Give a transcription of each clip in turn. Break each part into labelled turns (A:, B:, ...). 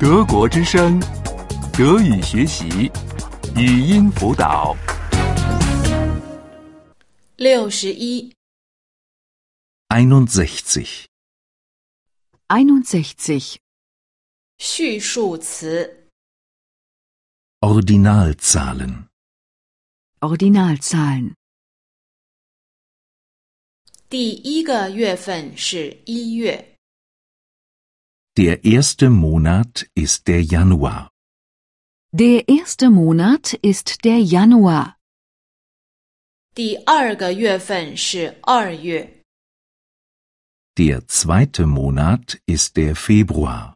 A: 德国之声，德语学习，语音辅导。
B: 六十一，
C: 61.
D: 61.
B: 序数词
C: Ordinalzahlen.
D: Ordinalzahlen.
B: 第一个月份是一月，
C: Der erste Monat ist der Januar.
D: Der erste Monat ist der Januar.
B: 第二个月份是二月，
C: Der zweite Monat ist der Februar.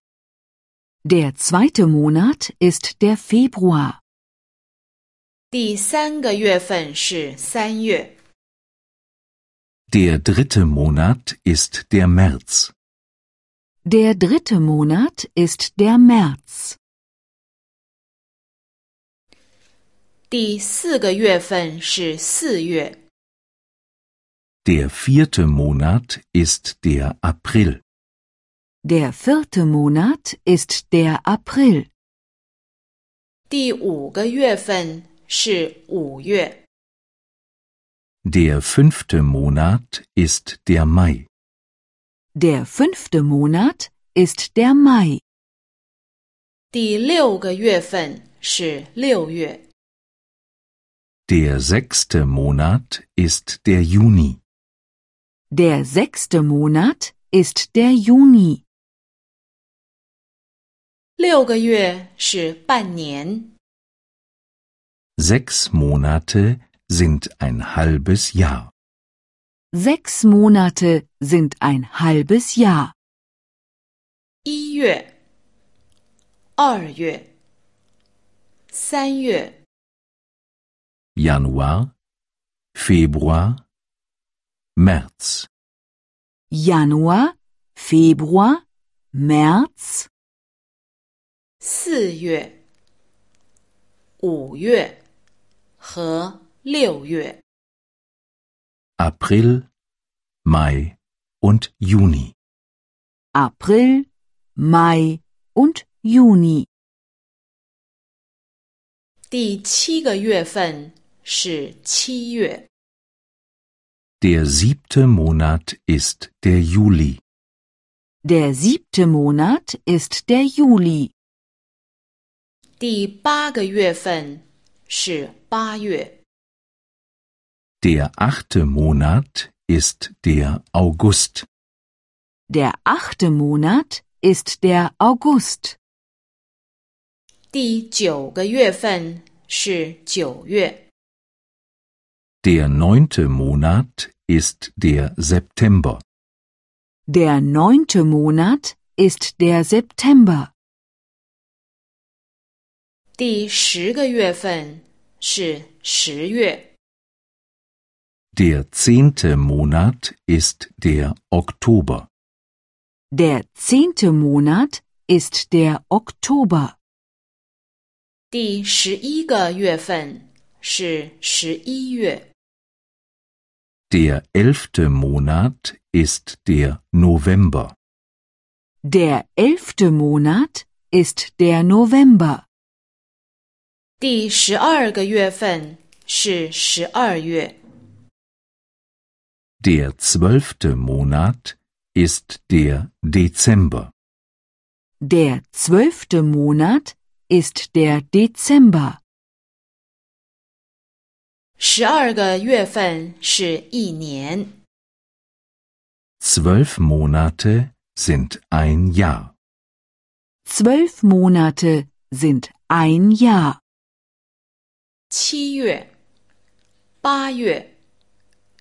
D: Der zweite Monat ist der Februar.
B: 第三个月份是三月，
C: Der dritte Monat ist der März.
D: Der dritte Monat ist der März.
B: 第四个月份是四月，
C: Der vierte Monat ist der April.
D: Der vierte Monat ist der April.
B: 第五个月份是五月，
C: Der fünfte Monat ist der Mai.
D: Der fünfte Monat ist der Mai.
B: 第六个月份是六月，
C: Der sechste Monat ist der Juni.
D: Der sechste Monat ist der Juni.
B: 六个月是半年，
C: Sechs Monate sind ein halbes Jahr.
D: Sechs Monate sind ein halbes Jahr.
B: 一月、二月、三月。
C: Januar, Februar, März.
D: Januar, Februar, März,
B: 四月、五月和六月。
C: April, Mai und Juni.
D: April, Mai und Juni.
B: 第七个月份是七月，
C: Der siebte Monat ist der Juli.
D: Der siebte Monat ist der Juli.
B: 第八个月份是八月，
C: Der achte Monat ist der August.
D: Der achte Monat ist der August.
B: 第九个月份是九月，
C: Der neunte Monat ist der September.
D: Der neunte Monat ist der September.
B: 第十个月份是十月，
C: Der zehnte Monat ist der Oktober.
D: Der zehnte Monat ist der Oktober.
B: 第十一个月份是十一月，
C: Der elfte Monat ist der November.
D: Der elfte Monat ist der November.
B: 第十二个月份是十二月。
C: Der zwölfte Monat ist der Dezember.
D: Der zwölfte Monat ist der Dezember.
B: 十二个月份是一年，
C: Zwölf Monate sind ein Jahr.
D: Zwölf Monate sind ein Jahr.
B: 七月、八月、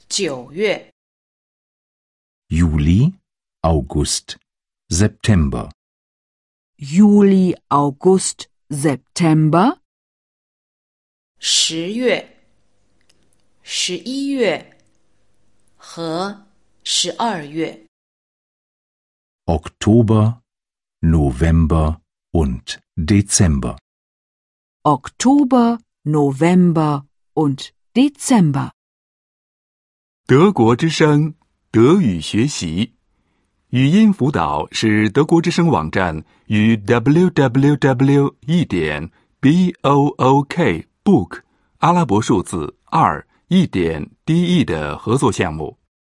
B: 九月、
C: Juli, August, September.
D: Juli, August, September,
B: 十月、十一月和十二月。
C: Oktober, November und Dezember.
D: Oktober, November und Dezember.
A: 德国之声，德语学习，语音辅导是德国之声网站与 www. 一点 b o o k book 阿拉伯数字二一点 d e 的合作项目。